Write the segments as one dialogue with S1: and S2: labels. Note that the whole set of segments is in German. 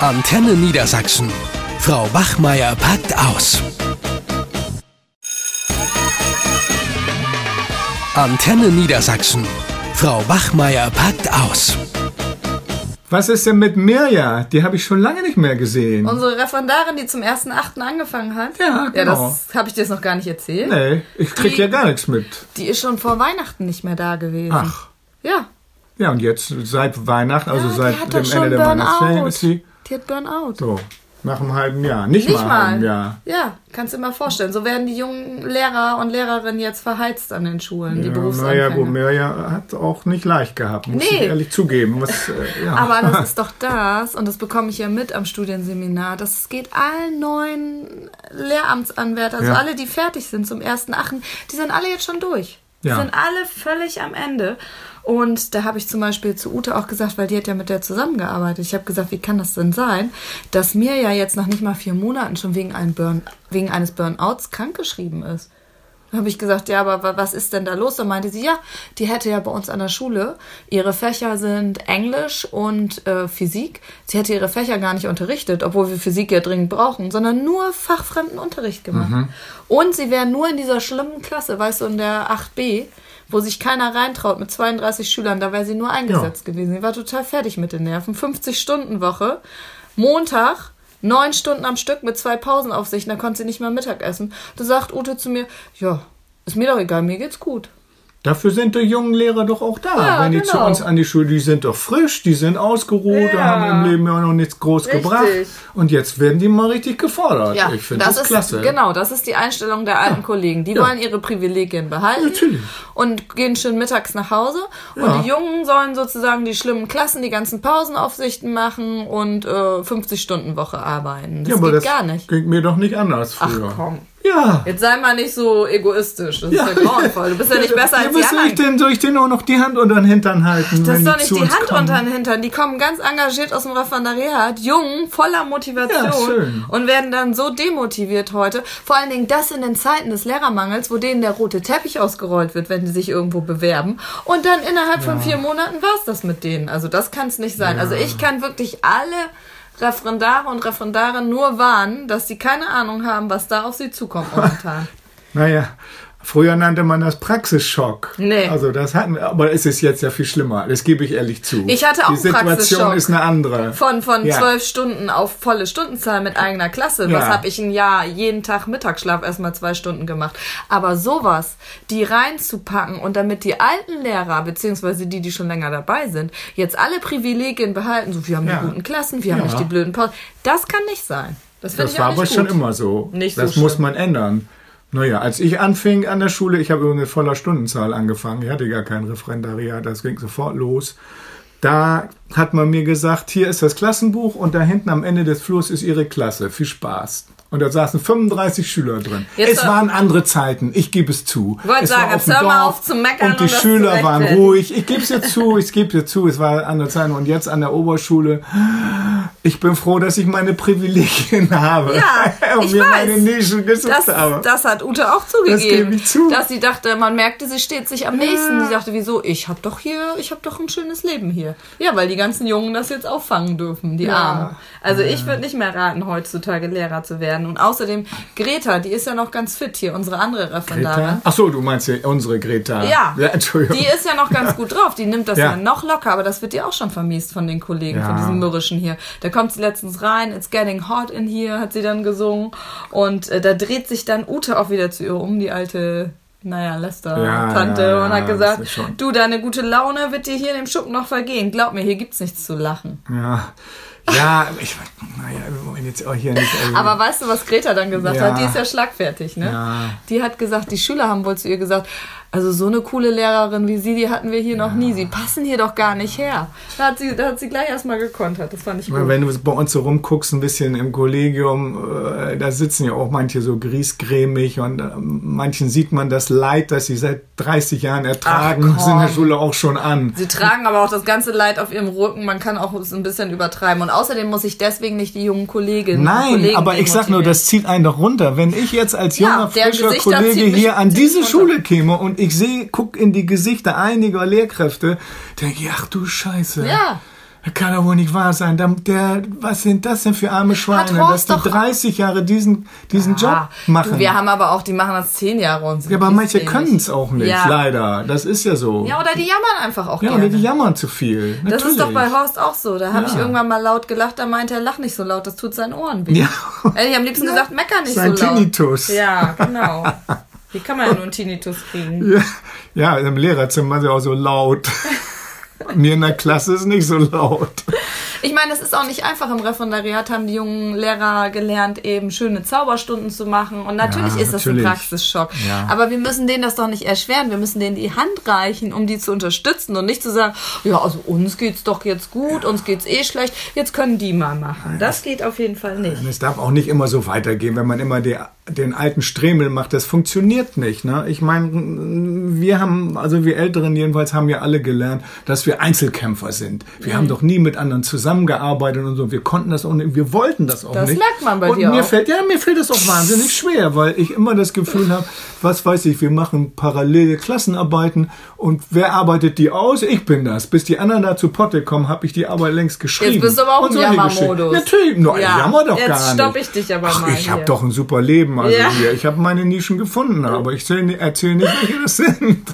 S1: Antenne Niedersachsen. Frau Wachmeier packt aus. Antenne Niedersachsen. Frau Wachmeier packt aus.
S2: Was ist denn mit Mirja? Die habe ich schon lange nicht mehr gesehen.
S3: Unsere Referendarin, die zum 1.8. angefangen hat.
S2: Hm. Ja,
S3: Ja,
S2: genau.
S3: das habe ich dir jetzt noch gar nicht erzählt.
S2: nee, ich krieg
S3: Die-
S2: ja gar nichts mit.
S3: Die ist schon vor Weihnachten nicht mehr da gewesen.
S2: Ach.
S3: Ja.
S2: Ja, und jetzt seit Weihnachten, also
S3: ja, die
S2: seit
S3: hat
S2: dem
S3: doch
S2: Ende
S3: schon
S2: der Weihnachtsferien
S3: Burnout.
S2: ist sie.
S3: Die hat Burnout.
S2: So, nach einem halben Jahr. Nicht,
S3: Nicht
S2: mal einem
S3: mal.
S2: halben Jahr.
S3: Ja, kannst du dir mal vorstellen. So werden die jungen Lehrer und Lehrerinnen jetzt verheizt an den Schulen,
S2: Ja,
S3: die
S2: naja, gut,
S3: Berufsanfänger.
S2: Mirja hat auch nicht leicht gehabt, muss
S3: Nee.
S2: ich ehrlich zugeben. Was, äh, ja.
S3: Aber das ist doch das, und das bekomme ich ja mit am Studienseminar, das geht allen neuen Lehramtsanwärtern, also
S2: Ja.
S3: alle, die fertig sind zum ersten Achten, die sind alle jetzt schon durch. Die
S2: Ja.
S3: sind alle völlig am Ende. Und da habe ich zum Beispiel zu Ute auch gesagt, weil die hat ja mit der zusammengearbeitet. Ich habe gesagt, wie kann das denn sein, dass mir ja jetzt nach nicht mal vier Monaten schon wegen, einem Burn, wegen eines Burnouts krankgeschrieben ist. Dann habe ich gesagt, ja, aber wa- was ist denn da los? Dann meinte sie, ja, die hätte ja bei uns an der Schule, ihre Fächer sind Englisch und äh, Physik. Sie hätte ihre Fächer gar nicht unterrichtet, obwohl wir Physik ja dringend brauchen, sondern nur fachfremden Unterricht gemacht. Und sie wäre nur in dieser schlimmen Klasse, weißt du, in der 8b, wo sich keiner reintraut mit 32 Schülern, da wäre sie nur eingesetzt gewesen. Sie war total fertig mit den Nerven. 50-Stunden-Woche, Montag, neun Stunden am Stück mit zwei Pausen auf sich, und da konnte sie nicht mal Mittag essen. Da sagt Ute zu mir, ja, ist mir doch egal, mir geht's gut.
S2: Dafür sind die jungen Lehrer doch auch da.
S3: Ja,
S2: Wenn die
S3: genau.
S2: zu uns an die Schule, die sind doch frisch, die sind ausgeruht,
S3: Ja.
S2: haben im Leben ja noch nichts groß
S3: Richtig.
S2: gebracht. Und jetzt werden die mal richtig gefordert. Also ich finde das, klasse.
S3: Genau, das ist die Einstellung der alten Kollegen. Die
S2: Ja.
S3: wollen ihre Privilegien behalten
S2: Natürlich.
S3: und gehen schön mittags nach Hause.
S2: Ja.
S3: Und die Jungen sollen sozusagen die schlimmen Klassen, die ganzen Pausenaufsichten machen und äh, 50-Stunden-Woche arbeiten. Das
S2: ja, aber
S3: geht
S2: das
S3: gar nicht.
S2: ging mir doch nicht anders
S3: Ach
S2: früher.
S3: komm.
S2: Ja.
S3: Jetzt sei mal nicht so egoistisch. Das ist ja grauenvoll. Du bist ja nicht besser als die
S2: Wieso
S3: anderen.
S2: ich denn, soll ich denn auch noch die Hand unter den Hintern halten?
S3: Das
S2: wenn
S3: ist
S2: die
S3: doch nicht
S2: zu
S3: die
S2: uns
S3: Hand
S2: kommen?
S3: unter den Hintern. Die kommen ganz engagiert aus dem Referendariat, jung, voller Motivation
S2: Ja, schön.
S3: und werden dann so demotiviert heute. Vor allen Dingen das in den Zeiten des Lehrermangels, wo denen der rote Teppich ausgerollt wird, wenn die sich irgendwo bewerben. Und dann innerhalb von vier Monaten war's das mit denen. Also das kann's nicht sein. Also ich kann wirklich alle Referendare und Referendare nur warnen, dass sie keine Ahnung haben, was da auf sie zukommt momentan.
S2: Naja, früher nannte man das Praxisschock.
S3: Nee.
S2: Also das hatten wir, aber es ist jetzt ja viel schlimmer. Das gebe ich ehrlich zu.
S3: Ich hatte auch
S2: Die
S3: einen
S2: Situation
S3: Praxisschock.
S2: ist eine andere.
S3: Von, von
S2: Ja.
S3: zwölf Stunden auf volle Stundenzahl mit eigener Klasse.
S2: Ja.
S3: Was habe ich ein Jahr jeden Tag Mittagsschlaf erstmal zwei Stunden gemacht. Aber sowas, die reinzupacken und damit die alten Lehrer, beziehungsweise die, die schon länger dabei sind, jetzt alle Privilegien behalten, so wir haben
S2: Ja.
S3: die guten Klassen, wir
S2: Ja.
S3: haben nicht die blöden Pausen, das kann nicht sein. Das finde
S2: Das
S3: ich auch
S2: war
S3: nicht
S2: aber
S3: gut.
S2: schon immer so.
S3: Nicht so
S2: das muss
S3: schlimm.
S2: man ändern. Naja, als ich anfing an der Schule, ich habe übrigens mit voller Stundenzahl angefangen. Ich hatte gar kein Referendariat, das ging sofort los. Da hat man mir gesagt, hier ist das Klassenbuch und da hinten am Ende des Flurs ist Ihre Klasse. Viel Spaß. Und da saßen 35 Schüler drin.
S3: Jetzt
S2: es
S3: war-
S2: waren andere Zeiten, ich gebe es zu.
S3: Wollte
S2: es
S3: sagen,
S2: war auf dem
S3: jetzt hör mal
S2: Dorf
S3: auf zu meckern
S2: Und die
S3: und das zu
S2: Schüler waren
S3: rechtfertigen.
S2: ruhig. Ich gebe es dir zu, ich gebe dir zu. Es war andere Zeiten. Und jetzt an der Oberschule, ich bin froh, dass ich meine Privilegien habe.
S3: Ja,
S2: und
S3: ich
S2: mir
S3: weiß.
S2: meine Nische gesucht
S3: Das,
S2: habe.
S3: das hat Ute auch
S2: Das gebe
S3: zugegeben,
S2: ich zu.
S3: dass sie dachte, man merkte, sie steht sich am nächsten. Sie dachte, wieso? Ich habe doch hier, ich habe doch ein schönes Leben hier. Ja, weil die ganzen Jungen das jetzt auffangen dürfen, die Armen. Also ich würde nicht mehr raten, heutzutage Lehrer zu werden. Und außerdem Greta, die ist ja noch ganz fit hier, unsere andere
S2: Greta?
S3: Referendarin.
S2: Ach so, du meinst ja unsere Greta.
S3: Ja,
S2: Entschuldigung.
S3: die ist ja noch ganz gut drauf. Die nimmt das
S2: Ja.
S3: ja. noch locker, aber das wird ihr auch schon vermiest von den Kollegen,
S2: Ja.
S3: von diesen Mürrischen hier. Da kommt sie letztens rein, It's Getting Hot in Here hat sie dann gesungen. Und äh, da dreht sich dann Ute auch wieder zu ihr um, die alte, naja,
S2: Ja,
S3: Lester-Tante,
S2: ja, ja,
S3: und hat
S2: das
S3: gesagt,
S2: ist schon-
S3: du, deine gute Laune wird dir hier in dem Schuppen noch vergehen. Glaub mir, hier gibt's nichts zu lachen.
S2: ja. ja, ich naja, wir wollen jetzt auch hier nicht. Also,
S3: Aber weißt du, was Greta dann gesagt
S2: Ja.
S3: hat? Die ist ja schlagfertig, ne?
S2: Ja.
S3: Die hat gesagt, die Schüler haben wohl zu ihr gesagt, also so eine coole Lehrerin wie sie, die hatten wir hier noch nie. Sie passen hier doch gar nicht her. Da hat sie, da hat sie gleich erstmal gekontert. Das fand ich gut.
S2: wenn du bei uns so rumguckst, ein bisschen im Kollegium, äh, da sitzen ja auch manche so griesgrämig und äh, manchen sieht man das Leid, das sie seit 30 Jahren ertragen
S3: Ach,
S2: müssen in der
S3: komm.
S2: Schule auch schon an.
S3: Sie tragen aber auch das ganze Leid auf ihrem Rücken. Man kann auch es ein bisschen übertreiben. Und außerdem muss ich deswegen nicht die jungen Kolleginnen. und
S2: Nein,
S3: Kollegen
S2: aber ich sag nur,
S3: demotivieren.
S2: das zieht einen doch runter. Wenn ich jetzt als
S3: Ja,
S2: junger,
S3: deren
S2: frischer
S3: Gesichter
S2: Kollege
S3: zieht mich-
S2: hier an
S3: zieht
S2: diese
S3: mich
S2: Schule käme und ich sehe, guck in die Gesichter einiger Lehrkräfte, denke ich, ach du Scheiße.
S3: Ja.
S2: Das kann doch wohl nicht wahr sein. Der, der, was sind das denn für arme Schweine, dass
S3: Horst
S2: die
S3: doch-
S2: 30 Jahre diesen, diesen
S3: Ah,
S2: Job machen?
S3: Du, wir haben aber auch, die machen das zehn Jahre und sind
S2: ja, aber manche
S3: kriegsfähig.
S2: können es auch nicht,
S3: Ja.
S2: leider. Das ist ja so.
S3: Ja, oder die jammern einfach auch
S2: Ja,
S3: gerne.
S2: oder die jammern zu viel.
S3: das ist doch bei
S2: Natürlich.
S3: Horst auch so. Da habe
S2: Ja.
S3: ich irgendwann mal laut gelacht, da meinte er, lach nicht so laut, das tut seinen Ohren weh.
S2: Ja.
S3: Hätte ich am liebsten gesagt, mecker nicht
S2: Sein
S3: so laut.
S2: Tinnitus.
S3: Ja, genau. Wie kann man ja nur einen Tinnitus kriegen?
S2: Ja, im Lehrerzimmer ist ja auch so laut. Mir in der Klasse ist nicht so laut.
S3: Ich meine, das ist auch nicht einfach. Im Referendariat haben die jungen Lehrer gelernt, eben schöne Zauberstunden zu machen. Und natürlich
S2: Ja,
S3: ist das
S2: natürlich.
S3: ein Praxisschock.
S2: Ja.
S3: Aber wir müssen denen das doch nicht erschweren. Wir müssen denen die Hand reichen, um die zu unterstützen und nicht zu sagen, ja, also uns geht's doch jetzt gut, uns geht's eh schlecht, jetzt können die mal machen. Das geht auf jeden Fall nicht.
S2: Und es darf auch nicht immer so weitergehen, wenn man immer die, den alten Stremel macht. Das funktioniert nicht. Ne? Ich meine, wir haben, also wir Älteren jedenfalls, haben ja alle gelernt, dass wir Einzelkämpfer sind. Wir
S3: Mhm.
S2: haben doch nie mit anderen zusammengearbeitet und so. Wir konnten das auch nicht. Wir wollten das auch
S3: Das
S2: nicht.
S3: merkt man bei
S2: und
S3: dir
S2: mir
S3: auch.
S2: Fällt, ja, mir fällt das auch wahnsinnig schwer, weil ich immer das Gefühl habe, was weiß ich, wir machen parallele Klassenarbeiten und wer arbeitet die aus? Ich bin das. Bis die anderen da zu Potte kommen, habe ich die Arbeit längst geschrieben.
S3: bist du aber auch
S2: Und
S3: im
S2: solche
S3: Jammermodus.
S2: Geschichten. Natürlich, nur
S3: Ja,
S2: ja, jammer doch
S3: jetzt
S2: gar nicht.
S3: stopp ich dich aber
S2: Ach,
S3: mal
S2: ich habe
S3: hier.
S2: doch ein super Leben, also
S3: Ja.
S2: hier. Ich habe meine Nischen gefunden, aber ich erzähle nicht, welche das sind.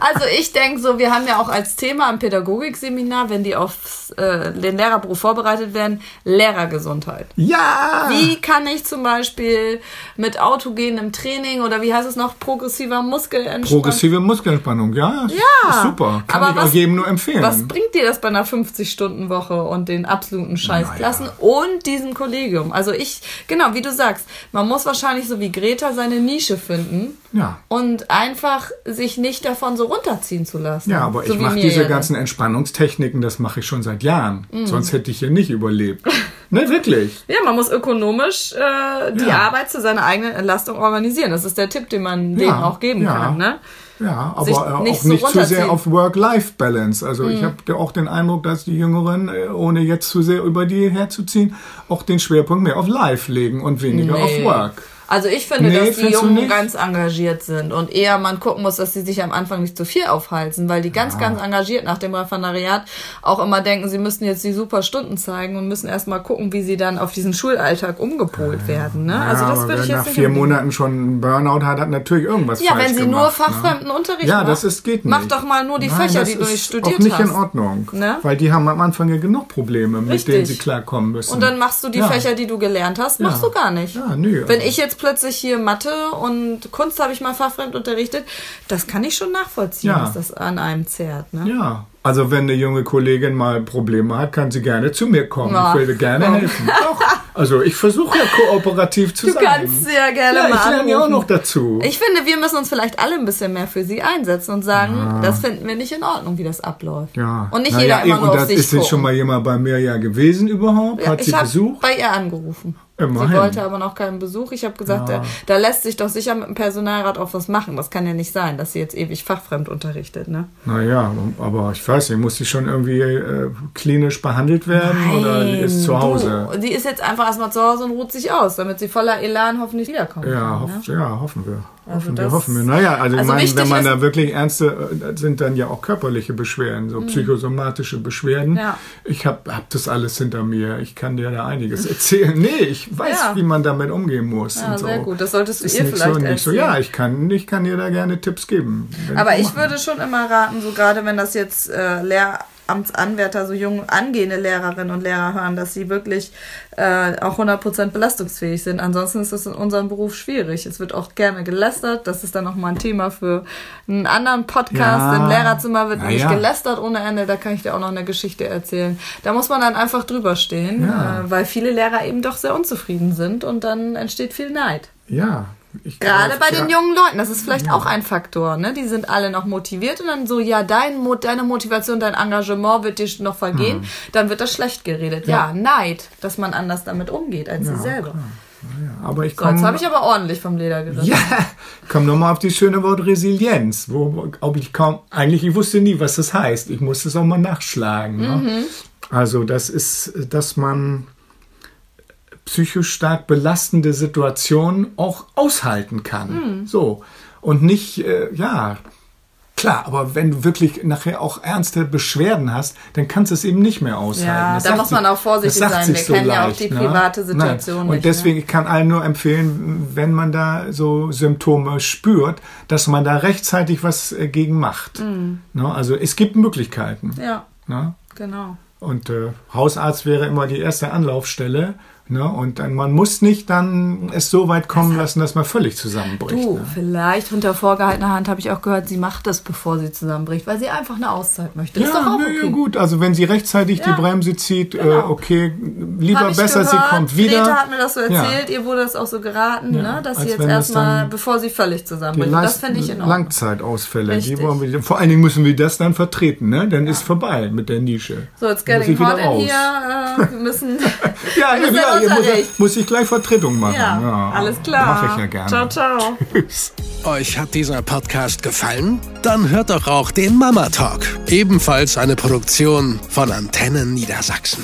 S3: Also ich denke so, wir haben ja auch als Thema im Pädagogikseminar, wenn die auf äh, den Lehrerberuf vorbereitet werden, Lehrergesundheit.
S2: Ja!
S3: Wie kann ich zum Beispiel mit autogenem Training oder wie heißt es noch, progressiver Muskelentspannung?
S2: Progressive Muskelentspannung, ja?
S3: Ja.
S2: Ist super. Kann
S3: Aber
S2: ich
S3: was-
S2: auch jedem nur empfehlen.
S3: Was bringt dir das bei einer 50-Stunden-Woche und den absoluten Scheißklassen und diesem Kollegium? Also ich, genau, wie du sagst, man muss wahrscheinlich so wie Greta seine Nische finden
S2: Ja.
S3: und einfach sich nicht davon so runterziehen zu lassen.
S2: Ja, aber
S3: so
S2: ich
S3: wie
S2: mache
S3: mir
S2: diese
S3: jetzt. Mhm.
S2: ganzen Entspannungstechniken, das mache ich schon seit Jahren. Sonst hätte ich ja nicht überlebt. ne, wirklich.
S3: Ja, man muss ökonomisch äh, die
S2: Ja.
S3: Arbeit zu seiner eigenen Entlastung organisieren. Das ist der Tipp, den man denen auch geben
S2: ja.
S3: kann. Ne?
S2: Ja, aber äh,
S3: Sich nicht
S2: auch
S3: so
S2: nicht zu
S3: runterziehen. Mhm.
S2: sehr auf Work-Life-Balance. Also ich habe auch den Eindruck, dass die Jüngeren, äh, ohne jetzt zu sehr über die herzuziehen, auch den Schwerpunkt mehr auf Life legen und weniger auf
S3: Nee.
S2: Work.
S3: Also ich finde,
S2: Nee,
S3: dass die
S2: findest du
S3: Jungen
S2: nicht?
S3: ganz engagiert sind und eher man gucken muss, dass sie sich am Anfang nicht zu viel aufhalten, weil die ganz, ganz engagiert nach dem Referendariat auch immer denken, sie müssten jetzt die super Stunden zeigen und müssen erstmal gucken, wie sie dann auf diesen Schulalltag umgepolt werden. Ne? also
S2: Äh, ja, aber
S3: das würde
S2: wer
S3: ich
S2: nach
S3: jetzt nicht
S2: vier
S3: unbedingt-
S2: Monaten schon einen Burnout hat, hat natürlich irgendwas
S3: Ja,
S2: falsch
S3: wenn sie
S2: gemacht,
S3: nur
S2: ne?
S3: fachfremden Unterricht
S2: Ja,
S3: macht,
S2: das ist, geht nicht.
S3: Mach doch mal nur die
S2: Nein,
S3: Fächer,
S2: das
S3: die du
S2: ist
S3: nicht studiert
S2: auch nicht
S3: hast.
S2: in Ordnung.
S3: Ne?
S2: Weil die haben am Anfang ja genug Probleme, mit
S3: Richtig.
S2: denen sie klarkommen müssen.
S3: Und dann machst du die
S2: ja.
S3: Fächer, die du gelernt hast, machst
S2: Ja.
S3: du gar nicht.
S2: Ja, nö. also
S3: Wenn ich jetzt plötzlich hier Mathe und Kunst habe ich mal fachfremd unterrichtet, das kann ich schon nachvollziehen,
S2: Ja.
S3: dass das an einem zerrt. Ne?
S2: Ja. Also wenn eine junge Kollegin mal Probleme hat, kann sie gerne zu mir kommen.
S3: Ach,
S2: ich würde gerne
S3: komm.
S2: helfen. Doch. Also ich versuche ja kooperativ zu
S3: Du
S2: sein.
S3: kannst sehr gerne
S2: ja,
S3: mal
S2: ich lerne ja auch
S3: anrufen.
S2: noch dazu.
S3: Ich finde, wir müssen uns vielleicht alle ein bisschen mehr für sie einsetzen und sagen, das finden wir nicht in Ordnung, wie das abläuft.
S2: ja.
S3: Und nicht
S2: Na
S3: jeder
S2: ja,
S3: immer
S2: eben,
S3: nur
S2: und
S3: auf
S2: das
S3: sich
S2: Ist denn schon
S3: gucken.
S2: mal jemand bei mir ja gewesen überhaupt?
S3: Ja,
S2: hat sie
S3: ich habe
S2: besucht?
S3: bei ihr angerufen.
S2: Immerhin.
S3: Sie wollte aber noch keinen Besuch. Ich habe gesagt,
S2: Ja.
S3: da, da lässt sich doch sicher mit dem Personalrat auch was machen. Das kann ja nicht sein, dass sie jetzt ewig fachfremd unterrichtet. Ne?
S2: Naja, aber ich weiß nicht, muss sie schon irgendwie äh, klinisch behandelt werden oder ist zu Hause?
S3: Du, die ist jetzt einfach erstmal zu Hause und ruht sich aus, damit sie voller Elan hoffentlich wiederkommt.
S2: Ja,
S3: ne?
S2: hoff, ja, hoffen wir.
S3: Also
S2: hoffen wir,
S3: das-
S2: hoffen wir. Naja, also,
S3: Also
S2: ich
S3: wichtig
S2: meine, wenn man
S3: ist-
S2: da wirklich ernste, äh, das sind dann ja auch körperliche Beschwerden, so psychosomatische Beschwerden.
S3: Mhm. Ja.
S2: Ich habe hab das alles hinter mir. Ich kann dir da einiges erzählen. Nee, ich weiß,
S3: Ja.
S2: wie man damit umgehen muss.
S3: Ja,
S2: und so.
S3: sehr gut. Das solltest du
S2: Ist
S3: ihr
S2: nicht
S3: vielleicht
S2: so, nicht so.
S3: erzählen.
S2: Ja, ich kann, ich kann dir da gerne Tipps geben. Wenn
S3: Aber
S2: du
S3: ich
S2: machen.
S3: würde schon immer raten, so gerade wenn das jetzt äh, Lehramtsanwärter, so junge angehende Lehrerinnen und Lehrer hören, dass sie wirklich äh, auch 100% belastungsfähig sind. Ansonsten ist das in unserem Beruf schwierig. Es wird auch gerne gelästert. Das ist dann auch mal ein Thema für einen anderen Podcast.
S2: Ja.
S3: Im Lehrerzimmer wird
S2: Ja,
S3: nämlich
S2: ja.
S3: gelästert ohne Ende. Da kann ich dir auch noch eine Geschichte erzählen. Da muss man dann einfach drüber stehen,
S2: Ja.
S3: äh, weil viele Lehrer eben doch sehr unzufrieden sind und dann entsteht viel Neid.
S2: Ja. Ich
S3: Gerade
S2: glaub,
S3: bei den
S2: ja.
S3: jungen Leuten, das ist vielleicht auch ein Faktor, ne? Die sind alle noch motiviert und dann so, ja, dein Mo deine Motivation, dein Engagement wird dir noch vergehen,
S2: Hm.
S3: dann wird das schlecht geredet. Ja. Neid, dass man anders damit umgeht als sie selber.
S2: Aber ich
S3: So, jetzt
S2: komme
S3: habe ich aber ordentlich vom Leder gerissen.
S2: Ja, komm nochmal auf das schöne Wort Resilienz. Wo, ob ich kaum, eigentlich, ich wusste nie, was das heißt. Ich musste es auch mal nachschlagen.
S3: Mhm.
S2: Ne? Also, das ist, dass man psychisch stark belastende
S3: Mhm.
S2: Situationen auch aushalten kann. So. Und nicht, äh, ja, Klar, aber wenn du wirklich nachher auch ernste Beschwerden hast, dann kannst du es eben nicht mehr aushalten.
S3: Ja,
S2: Das
S3: da
S2: sagt
S3: muss man
S2: sich-
S3: auch vorsichtig
S2: das sagt
S3: sein.
S2: sich ne?
S3: Wir kennen ja auch die private Situation
S2: Nein. Und
S3: nicht, ne?
S2: deswegen ich kann allen nur empfehlen, wenn man da so Symptome spürt, dass man da rechtzeitig was äh, gegen macht.
S3: Mhm.
S2: Ne? Also es gibt Möglichkeiten.
S3: Ja,
S2: Ne?
S3: genau.
S2: Und äh, Hausarzt wäre immer die erste Anlaufstelle. Ne? Und dann, man muss nicht dann es so weit kommen lassen, dass man völlig zusammenbricht.
S3: Du,
S2: ne?
S3: vielleicht hinter vorgehaltener Hand habe ich auch gehört, sie macht das, bevor sie zusammenbricht, weil sie einfach eine Auszeit möchte. Das ist doch auch
S2: nö, ja,
S3: okay.
S2: gut. Also wenn sie rechtzeitig
S3: Ja.
S2: die Bremse zieht, äh,
S3: Genau.
S2: okay, lieber
S3: Hab ich
S2: besser, sie
S3: gehört.
S2: kommt wieder.
S3: Greta hat mir das so
S2: Ja.
S3: erzählt, ihr wurde das auch so geraten,
S2: Ja,
S3: ne, dass sie
S2: als
S3: jetzt
S2: wenn das
S3: erstmal,
S2: dann-
S3: bevor sie völlig
S2: Die
S3: zusammenbricht. Und Das
S2: Last-
S3: finde ich in Ordnung.
S2: Langzeitausfälle,
S3: Richtig.
S2: die wollen wir, vor allen Dingen müssen wir das dann vertreten, ne? Dann ist vorbei mit der Nische.
S3: So, it's
S2: Muss
S3: getting
S2: ich wieder
S3: hot in
S2: raus.
S3: here. Äh, wir müssen.
S2: Ja,
S3: Das
S2: ja,
S3: ist
S2: ja,
S3: ja
S2: ihr muss,
S3: Unterricht.
S2: muss ich gleich Vertretung machen.
S3: ja, alles klar.
S2: Mache ich ja gerne.
S3: Ciao, ciao.
S1: Euch hat dieser Podcast gefallen? Dann hört doch auch den Mama Talk. Ebenfalls eine Produktion von Antennen Niedersachsen.